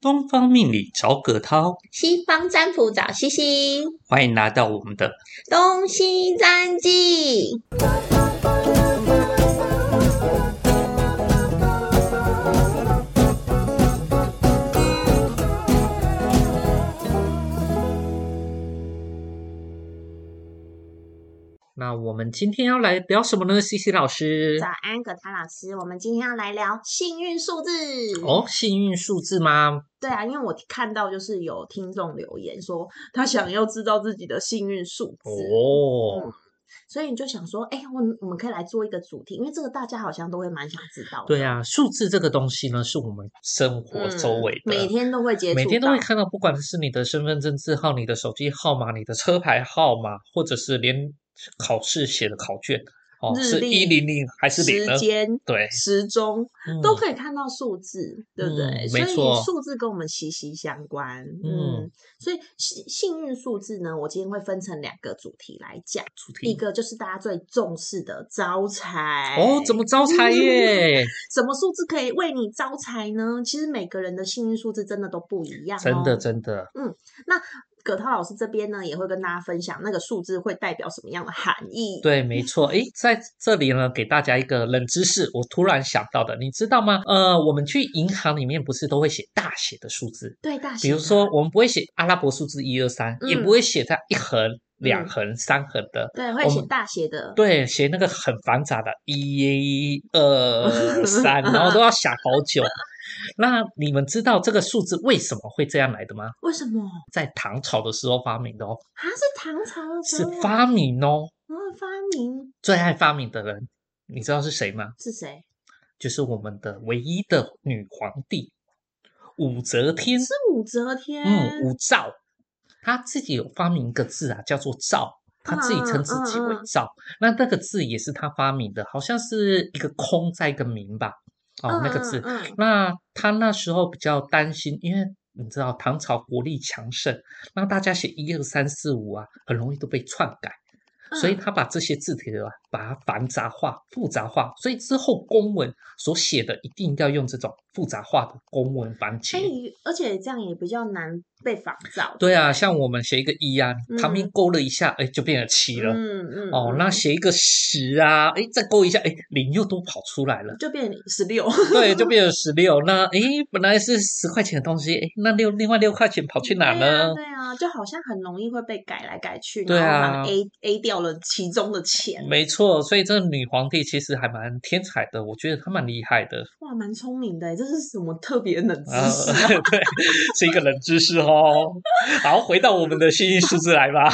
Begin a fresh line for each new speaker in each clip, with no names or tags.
东方命理找葛涛，
西方占卜找西西，
欢迎来到我们的
东西占记。
那我们今天要来聊什么呢？西西老师
早，安，葛塔老师，我们今天要来聊幸运数字。
哦，幸运数字吗？
对啊，因为我看到就是有听众留言说他想要知道自己的幸运数字，
哦，
所以你就想说，哎、我们我们可以来做一个主题，因为这个大家好像都会蛮想知道的。
对啊，数字这个东西呢，是我们生活
嗯
周围的，
每天都会接触到，
每天都会看到，不管是你的身份证字号、你的手机号码、你的车牌号码，或者是连考试写的考卷，哦，
日
是
历
一零零还是零呢
时？间、
对，
时钟
嗯
都可以看到数字，对不对？
嗯
所
没错
以数字跟我们息息相关。
嗯
嗯，所以幸幸运数字呢，我今天会分成两个主题来讲，
主
一
题。
个就是大家最重视的招财
哦，怎么招财耶？
什么数字可以为你招财呢？其实每个人的幸运数字真的都不一样、哦，
真的，真的，
葛涛老师这边呢，也会跟大家分享那个数字会代表什么样的含义。
对，没错。诶，在这里呢，给大家一个冷知识，我突然想到的，你知道吗？呃，我们去银行里面不是都会写大写的数字，
对，大
比如
型的
说，我们不会写阿拉伯数字一二三，也
嗯
不会写在一横、两
嗯
横、三横的，
对，会
我
写
们
大写的，
对，写那个很繁杂的一、 二、三，然后都要想好久。那你们知道这个数字为什么会这样来的吗？
为什么？
在唐朝的时候发明的哦，
它是唐朝的时
是
候
发明哦，
然后发明
最爱发明的人，你知道是谁吗？
是谁？
就是我们的唯一的女皇帝武则天，
是武则天。
嗯，武曌，她自己有发明一个字啊，叫做曌。她自己称自己为
嗯嗯嗯
曌，那那个字也是她发明的，好像是一个空在一个明吧，哦，那个字，
嗯嗯嗯
那他那时候比较担心，因为你知道唐朝国力强盛，那大家写一二三四五啊，很容易都被篡改，所以
嗯
他把这些字体啊，把它繁杂化、复杂化，所以之后公文所写的一定要用这种复杂化的公文繁体。
哎、而且这样也比较难被仿造。
对啊，像我们写一个一啊，旁边
嗯
勾了一下，哎，就变成七了。
嗯嗯，
哦，
嗯
那写一个十啊，哎，再勾一下，哎，零又多跑出来了。
嗯就变十六。
对，就变成十六。那诶，本来是十块钱的东西，诶，哎那六另外六块钱跑 去哪
对啊
呢？
对啊，就好像很容易会被改来改去，
对
然后
啊
好像 A A 掉了其中的钱，
没错，所以这女皇帝其实还蛮天才的，我觉得她蛮厉害的。
哇，蛮聪明的耶，欸这是什么特别冷 知
啊，
识啊？
对，是一个冷知识哦。好，回到我们的幸运数字来 吧。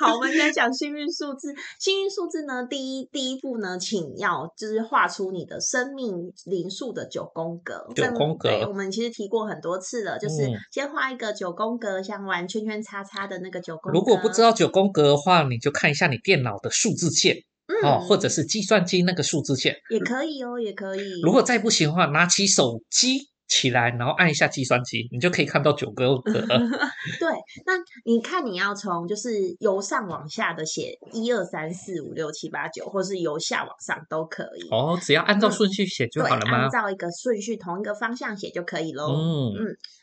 好，我们先讲幸运数字。幸运数字呢，第一第一步呢，请要就是画出你的生命灵数的九宫格。
九
这
宫格
对，我们其实提过很多次了，就是
嗯
先画一个九宫格，像玩圈圈叉叉的那个九宫格。
如果不知道九宫格的话，你就看一下你电脑的数字键
嗯，
哦，或者是计算机那个数字键。
也可以哦，也可以。
如果再不行的话，拿起手机起来，然后按一下计算机，你就可以看到九宫 格。
对，那你看你要从就是由上往下的写一二三四五六七八九，或是由下往上都可以。
哦，只要按照顺序写就
对，
好了吗
按？照一个顺序同一个方向写就可以喽。
嗯，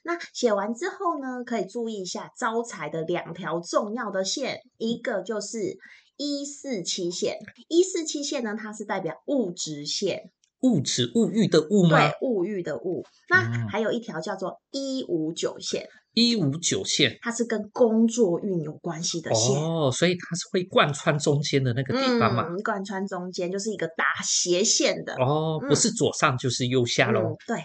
那写完之后呢，可以注意一下招财的两条重要的线，一个就是一四七线，一四七线呢，它是代表物质线，
物质物欲的物吗
对？物欲的物。
嗯
那还有一条叫做一五九线，
一五九线。
它是跟工作运有关系的线。
哦，所以它是会贯穿中间的那个地方嘛？
嗯，贯穿中间就是一个大斜线的
哦，不
嗯
是左上就是右下喽
嗯。。对，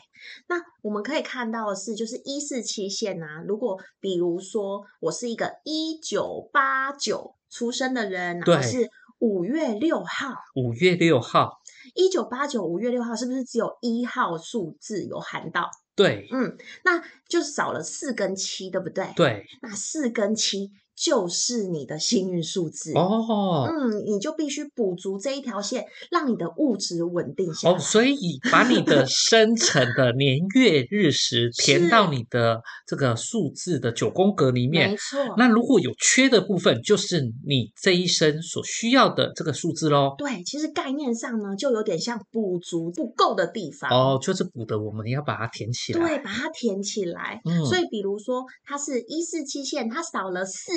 那我们可以看到的是，就是一四七线啊，如果比如说我是一个一九八九出生的人，然
对
后是五月六号，
五、月六号，
一九八九五月六号是不是只有一号数字有含到？
对
嗯，那就少了四跟七，对不对？。
对，
那四跟七就是你的幸运数字。
哦。
嗯，你就必须补足这一条线，让你的物质稳定下来。
哦，所以把你 的生辰的年月日时填到
是
你的这个数字的九宫格里面
没，错，
那如果有缺的部分，就是你这一生所需要的这个数字喽。
对，其实概念上呢，就有点像补足不够的地方。
哦，就是补的，我们要把它填起来。
啊对，把它填起来。
嗯
所以比如说，它是一四七线，它少了四，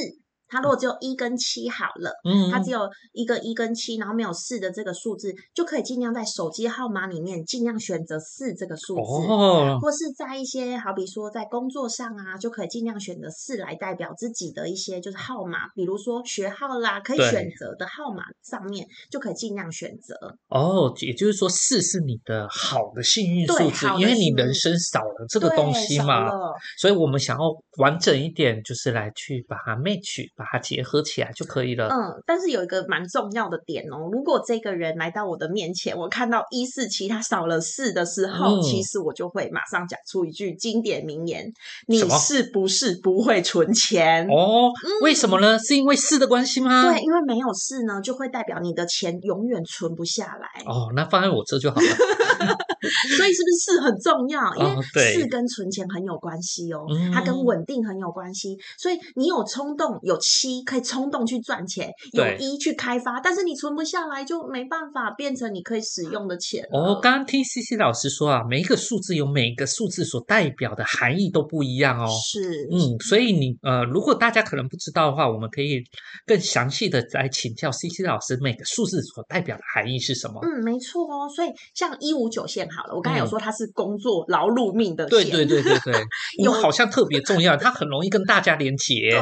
它如果只有一跟七好了。
嗯，
它只有一个一跟七，然后没有四的这个数字，就可以尽量在手机号码里面尽量选择四这个数字，
哦，
或是在一些好比说在工作上啊，就可以尽量选择四来代表自己的一些就是号码，比如说学号啦，可以
对
选择的号码上面就可以尽量选择。
哦，也就是说四是你的好的幸运
对
数字
好，的
因为你
幸
人
运
生少了这个
对
东西
少
嘛，
了
所以我们想要完整一点，就是来去把它 match，把它结合起来就可以了。
嗯，但是有一个蛮重要的点哦，如果这个人来到我的面前，我看到一四七他少了四的时候，
嗯
其实我就会马上讲出一句经典名言：“你
什么
是不是不会存钱？”
哦，为什么呢？是因为四的关系吗？
嗯对，。因为没有事呢，就会代表你的钱永远存不下来，
哦，那放在我这就好了。
所以是不是是很重要？因
哦
为
对
是跟存钱很有关系哦，它
嗯
跟稳定很有关系。所以你有冲动，有七可以冲动去赚钱，有
对
一去开发，但是你存不下来就没办法变成你可以使用的钱了。
哦，刚刚听 C C 老师说啊，每一个数字有每一个数字所代表的含义都不一样哦。
是，
嗯，所以你呃，如果大家可能不知道的话，我们可以更详细的来请教 C C 老师每个数字所代表的含义是什么。
嗯，没错哦。所以像一五九线好了，我刚才有
嗯
说它是工作劳碌命的
对
线
对对对对，又
有
好像特别重要，它很容易跟大家连结。
对，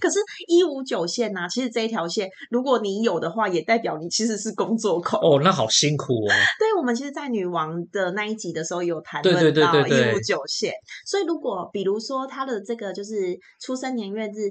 可是，一五九线呐、其实这一条线，如果你有的话，也代表你其实是工作狂。
哦，那好辛苦哦。
对，我们其实，在女王的那一集的时候有谈
对对
论
对
到
对
一五
对
九线，所以如果比如说他的这个就是出生年月日。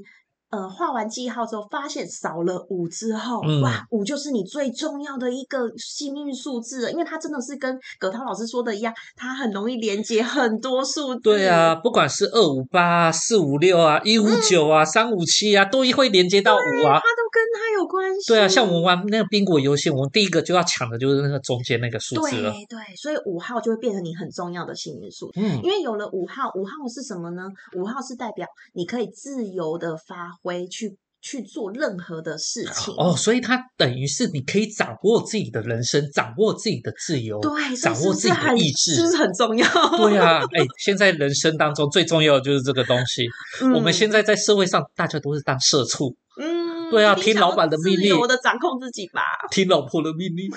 呃，画完记号之后，发现少了五之后，
嗯
哇，五就是你最重要的一个幸运数字了，因为它真的是跟葛涛老师说的一样，它很容易连接很多数字。
对啊，，不管是二五八、四五六啊、一五九
嗯
啊、三五七啊，都会连接到五啊
它。都跟它有关系。
对啊，像我们玩那个宾果游戏，我们第一个就要抢的就是那个中间那个数字
对
了。
对，所以五号就会变成你很重要的幸运数。
嗯
因为有了五号，五号是什么呢？五号是代表你可以自由的发挥，去去做任何的事情。
哦，所以它等于是你可以掌握自己的人生，掌握自己的自由，
对，所以
掌
是
握
不
自
是
己的
很
意
是不
志
是。很重要？
对啊，哎、现在人生当中最重要的就是这个东西。我们现
在
在在社会上，大家都是当社畜，
嗯，
对啊
你
听
想
老
要
板的命
自由
令
的掌控自己吧。
听老婆的命 令，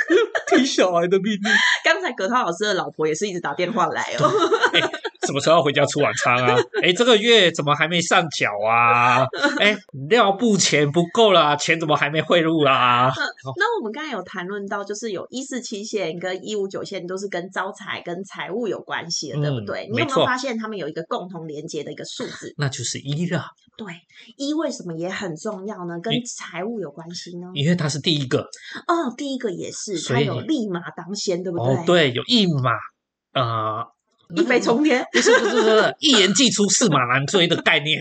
听小孩的命令。
刚才葛涛老师的老婆也是一直打电话来哦，
什么时候要回家吃晚餐啊？哎，这个月怎么还没上缴 啊？哎，尿布钱不够啦，钱怎么还没汇入啊啦、
嗯那我们刚才有谈论到，就是有一四七线跟一五九线都是跟招财跟财务有关系的，对不
嗯
对？你
没
有没有
错
发现他们有一个共同连接的一个数字？
那就是一啦，
对，一为什么也很重要呢？跟
一
财务有关系呢？
因为它是第一个
哦，第一个也是，
所
它
以
有立马当先，对不对？
哦，对，有一马啊、呃
一飞冲天。
不是不是不是，一言既出驷马难追的概 念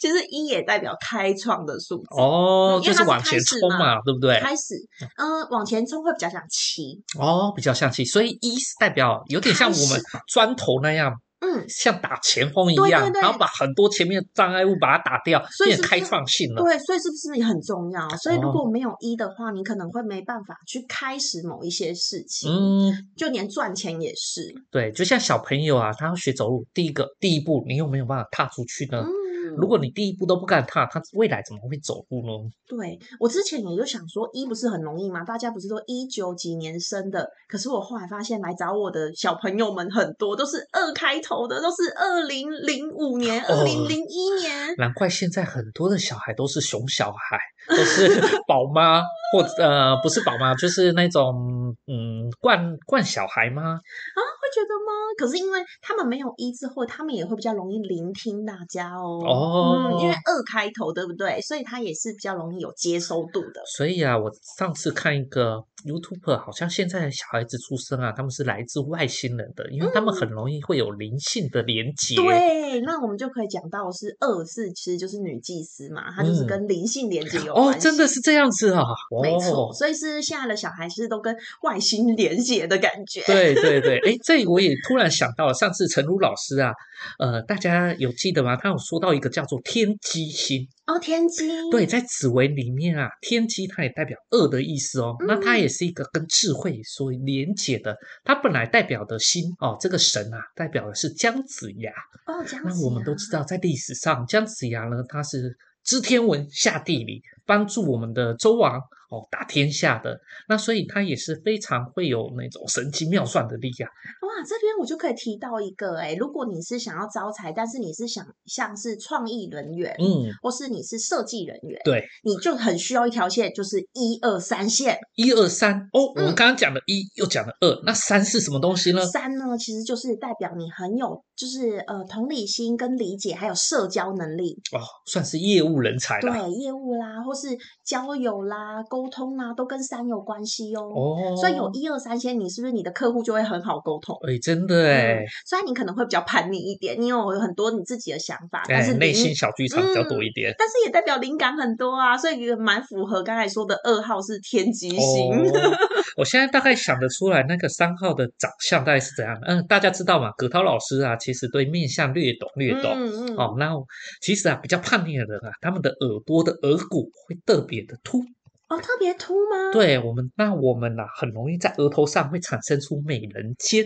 其实一也代表开创的数字。
哦，
嗯因为
就
它是
往前冲嘛，对不对？
开始，嗯、往前冲会比较像骑，
哦，比较像气，所以一是代表有点像我
开
们
始
砖头那样，
嗯，
像打前锋一
对对
样，
对
然后把很多前面的障碍物把它打掉，
所以
变
是
成
不
开
是
创性了。
对，所以是不是也很重要？所以如
嗯哦
果没有一的话，你可能会没办法去开始某一些事情，
嗯，
就连赚钱也是，
对，就像小朋友啊，他要学走路，第一个第一步，你有没有办法踏出去呢？
嗯，
如果你第一步都不敢踏，他未来怎么会走路呢？
对我之前也就想说，一不是很容易吗？大家不是说一九几年生的，可是我后来发现来找我的小朋友们很多都是二开头的，都是二零零五年、二
哦
零零一年。
难怪现在很多的小孩都是熊小孩，都 是宝妈或呃不是宝妈，就是那种嗯惯惯小孩吗？
会觉得吗？可是因为他们没有一字会，他们也会比较容易聆听大家哦。
哦
嗯，因为二开头，对不对？所以他也是比较容易有接收度的。
所以啊，我上次看一个 YouTuber，好像现在的小孩子出生啊，他们是来自外星人的，因为他们很容易会有灵性的连接。
嗯对，那我们就可以讲到是二是其实就是女祭司嘛，她就是
嗯
跟灵性连接有
哦
关，系。
真的是这样子啊！
没错，
哦，
所以是现在的小孩是都跟外星连接的感 觉。
对对对，哎，这我也突然想到了，上次陈儒老师啊，呃，大家有记得吗？他有说到一个叫做天机星，
哦，天机，
对，在紫薇里面啊，天机它也代表恶的意思哦，那它也是一个跟智慧所连结的，它本来代表的心哦，这个神啊，代表的是姜子牙。
哦，这样
那
子
我们都
啊
知道，在历史上，姜子牙呢，他是知天文下地理，帮助我们的周王哦打天下的。那所以他也是非常会有那种神机妙算的力量。
哇，这边我就可以提到一个哎、如果你是想要招财，但是你是想像是创意人员，
嗯，
或是你是设计人员，
对，
你就很需要一条线，就是一二三线。
一二三哦，我们
嗯
刚刚讲了一，又讲了二，那三是什么东西呢？
三呢，其实就是代表你很有，就是呃同理心跟理解，还有社交能力，
哦，算是业务人才啦。
对业务啦，或是交友啦、沟通啦，都跟三有关系哦。
哦，
所以有一二三先，你是不是你的客户就会很好沟通？
哎，真的哎
嗯，虽然你可能会比较叛逆一点，你有很多你自己的想法，但
哎
是，
内
灵
心小剧场比较多一点。
但是也代表灵感很多啊，所以也蛮符合刚才说的二号是天机嗯星。
哦， 我现在大概想得出来那个三号的长相大概是怎样的。嗯，大家知道嘛，葛涛老师啊，其实对面相略懂略懂。
嗯嗯，
哦，那我其实啊，比较叛逆的人啊，他们的耳朵的耳骨会特别的凸。
哦，特别凸吗？，
对啊我们，那我们啊，很容易在额头上会产生出美人尖。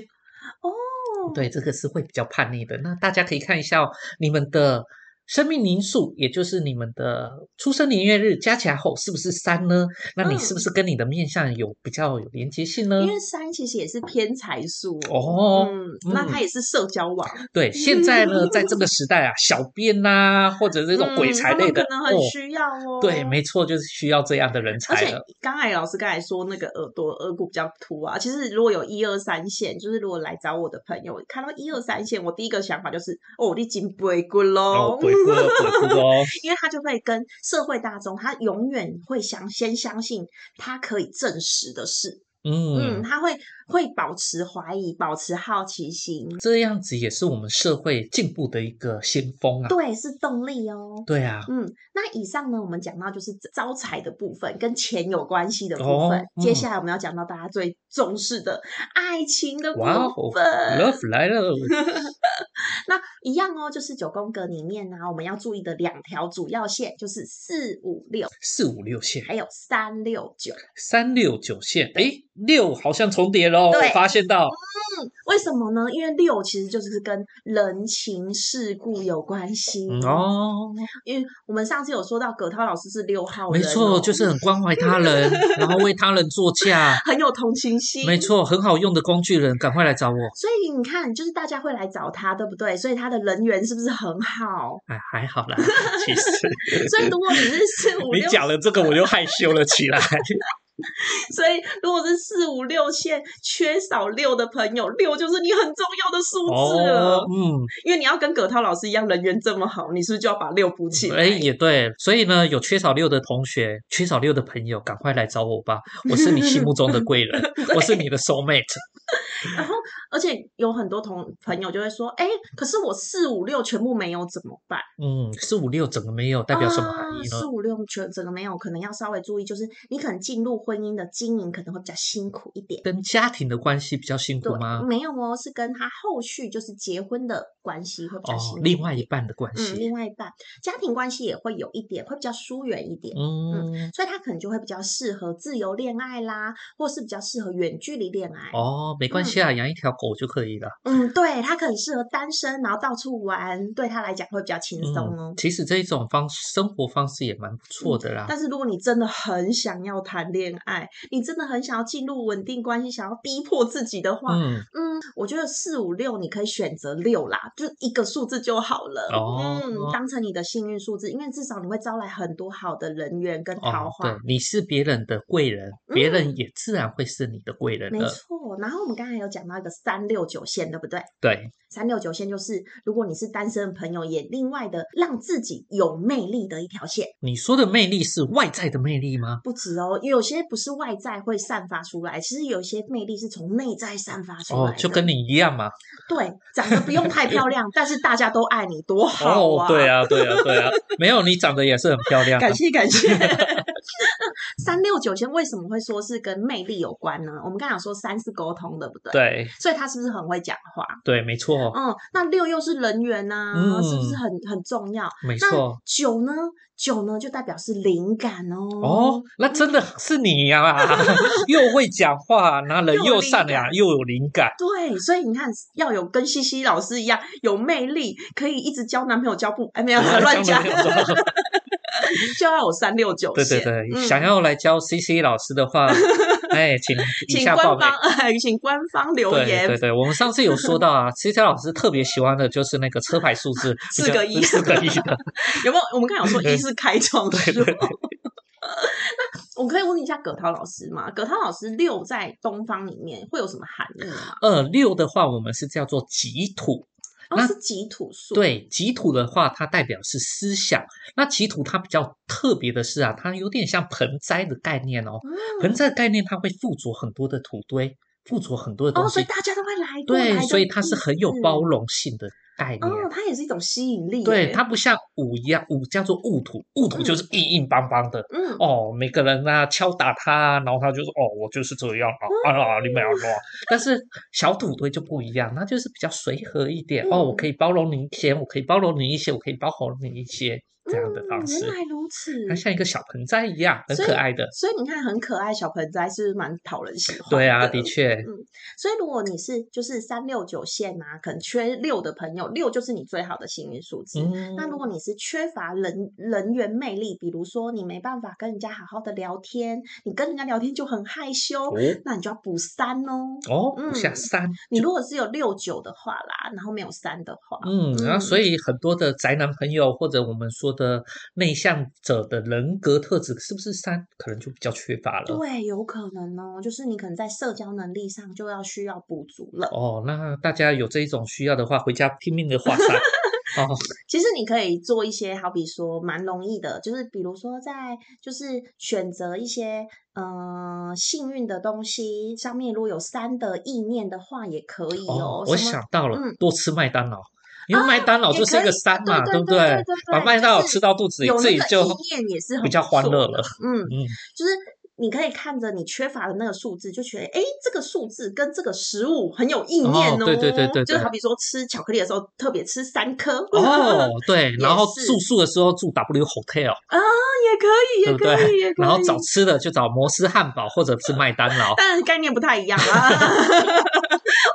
哦，
对，这个是会比较叛逆的。那大家可以看一下哦，你们的生命年数，也就是你们的出生年月日加起来后，是不是三呢？那你是不是跟你的面相有比较有连接性呢？
嗯因为三其实也是偏财数
哦
嗯，那
嗯
它也是社交网，
对，现在呢，在这个时代啊，小编呐、或者这种鬼
嗯
才
他们
类的，
可能很需要哦。
对，没错，就是需要这样的人
而
才
且
了。
刚才老师刚才说那个耳朵耳骨比较凸啊，其实如果有一二三线，就是如果来找我的朋友看到一二三线，我第一个想法就是哦，你金不会滚
哦
喽，，
鬼哥，鬼哥哦，
因为他就会跟社会大众，他永远会相先相信他可以证实的事，嗯，
嗯，
他会会保持怀疑，保持好奇心，
这样子也是我们社会进步的一个先锋啊。
对，是动力哦。
对啊，
嗯，那以上呢，我们讲到就是招财的部分，跟钱有关系的部
哦
分。
嗯
接下来我们要讲到大家最重视的爱情嗯的部
哇哦
分。
，Love 来 了，
那一样哦，就是九宫格里面啊呢、我们要注意的两条主要线就是四五六，
四五六线，
还有三六九。
三六九线，诶，六好像重叠喽，我
对
发现到
为什么呢？因为六其实就是跟人情世故有关系、
嗯。哦，
因为我们上次有说到葛涛老师是六号
没
人哦
错，就是很关怀他人，然后为他人做 嫁，
很有同情心。
没。错，很好用的工具人，赶快来找我。？
所以你看，就是大家会来找他，对不对？所以他的人缘是不是很好
哎，还好 啦，其实。
所以如果你是四五
你
六，
讲了这个，我又害羞了起 来。
所以如果是四五六线缺少六的朋友，六就是你很重要的数字了。
哦，嗯，
因为你要跟葛涛老师一样人缘这么好，你是不是就要把六补起来？
哎，也对，所以呢，有缺少六的同学，缺少六的朋友，赶快来找我吧，我是你心目中的贵 人，我是你的 soul mate。
然后，而且有很多同朋友就会说：“哎、可是我四五六全部没有怎么办？啊
嗯，四五六整个没有代表什么含义呢
四？五六全整个没有，可能要稍微注意，就是你可能进入婚姻的经营可能会比较辛苦一点。
跟家庭的关系比较辛
对
苦，吗？
没有哦，是跟他后续就是结婚的关系会比较辛
哦
苦，一点。
另外一半的关
嗯，
系，
另外一半家庭关系也会有一点，会比较疏远一点。
嗯，
所以他可能就会比较适合自由恋爱啦，或是比较适合远距离恋爱。
哦，没关系啊，养一条狗就可以了。
嗯，对，他可能适合单身，然后到处玩，对他来讲会比较轻松哦
嗯，。其实这一种方生活方式也蛮不错的啦。
嗯但是如果你真的很想要谈恋爱，你真的很想要进入稳定关系，想要逼迫自己的话，
嗯，
我觉得四五六你可以选择六啦，就一个数字就好了。
哦
嗯，当成你的幸运数字，因为至少你会招来很多好的人缘跟桃
哦，
花。
对，你是别人的贵人，别人也自然会是你的贵人
嗯没
了。
错，然后我们刚才才有讲到一个三六九线，对不对？
对，
三六九线就是如果你是单身的朋友，也另外的让自己有魅力的一条线。
你说的魅力是外在的魅力吗？
不止哦，有些不是外在会散发出来，其实有些魅力是从内在散发出来
哦
的。，
就跟你一样嘛。
对，长得不 用太漂亮，但是大家都爱你，多好
哦
啊！，
对啊，对啊， 对啊，没有，你长得也是很漂 亮、啊
感。谢感谢。 三六九线为什么会说是跟魅力有关呢？我们刚讲说三是沟通，对不对？。
对
所以他是不是很会讲话？
对，没错，
嗯，那六又是人缘呐、
嗯
是不是很很重要？
没
那
错。
九呢？九呢就代表是灵感哦。
哦，，那真的是你呀、 又会讲话，然后人
又有
又
灵
善良，
感
又有灵 感。
对，所以你看，要有跟西西老师一样有魅力，可以一直交男朋友交不哎 没有乱讲， 就要有三六九
对
线。
对对，
嗯
想要来教 CC 老师的 话，哎，请以
请
下
官
报名
方。哎， 请官方留
对
言
对对，我们上次有说到啊，CC 老师特别喜欢的就是那个车牌数字
四
比较
个一
四个一 的。
有没有？我们刚才有 说一是开创
对
数。
对对
那我可以问一下葛涛老师吗？葛涛老师六在东方里面会有什么含义吗？
二六的话，我们是叫做己土。
哦，
那
是己土数。，
对，己土的话，它代表是思想。那己土它比较特别的是啊，它有点像盆栽的概念哦。
嗯
盆栽的概念，它会附着很多的土堆，附着很多的
哦，
东
所以
西。
大家都会来过来
对，
的
所以它是很有
意思
包容性的概念。
嗯哦，它也是一种吸引力耶。
对，它不像五一样，五叫做戊土，戊土就是硬硬邦邦的。
嗯，
哦，每个人啊敲打他啊，然后他就说哦，我就是这样
嗯
啊啊，你们要乱。但是小土堆就不一样，它就是比较随和一点。哦，我
嗯
可以包容你一些，我可以包容你一些，我可以包容你一些这样的
嗯
方式
原，来如此。
它像一个小盆栽一样，很
所
可
以
爱的。
所以你看，很可爱小盆栽是不是蛮讨人喜欢。
对啊，的。确，
所以如果你是就是三六九线啊，可能缺六的朋友，六就是你最好的幸运数字。
嗯，
那如果你是缺乏人人缘魅力，比如说你没办法跟人家好好的聊天，你跟人家聊天就很害羞，那你就要补三哦。
哦哦，下
嗯
山，
你如果是有六九的话啦，然后没有三的话，
嗯，然后所以很多的宅男朋友或者我们说的内向者的人格特质，是不是三可能就比较缺乏了？
嗯对，有可能哦，就是你可能在社交能力上就要需要补足了。
哦，那大家有这一种需要的话，回家拼命的 画三。哦，
其实你可以做一些，好比说蛮容易的，就是比如说在就是选择一些呃幸运的东西，上面如果有三的意念的话，也可以
哦
哦。
我
什么
想到了，
嗯啊
多吃麦当劳，因为麦当劳
也
就是一
可
个
以
三嘛，
对对
不
对对对
把
对
麦当劳
就是
吃到肚子里，
有
自
那
己
个
就
意念也是很
比较
不
欢
错
乐
的
了。
嗯，
嗯，
就是你可以看着你缺乏的那个数字，就觉得诶，这个数字跟这个食物很有意念哦。
哦对对对对
就是
对
好比说吃巧克力的时候，特别吃三颗
哦，对，然后
是
住宿的时候住 W Hotel，
也可以，
对
也
不
可以，也
对？
可以。
然后找吃的就找摩斯汉堡或者是麦当劳。
但概念不太一样啊。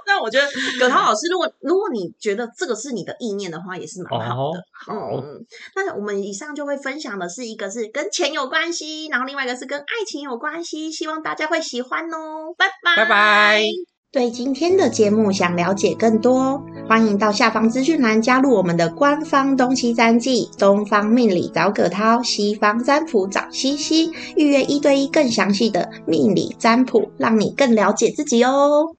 但我觉得葛涛老师，如果如果你觉得这个是你的意念的话，也 是蛮好
哦
的。，嗯，那我们以上就会分享的是一个是跟钱有关系，然后另外一个是跟爱情有关系，希望大家会喜欢哦。拜拜，
拜拜。
对今天的节目想了解更多，哦欢迎到下方资讯栏加入我们的官方东西占记，东方命理找葛涛，西方占卜找西西，预约一对一更详细的命理占卜，让你更了解自己哦。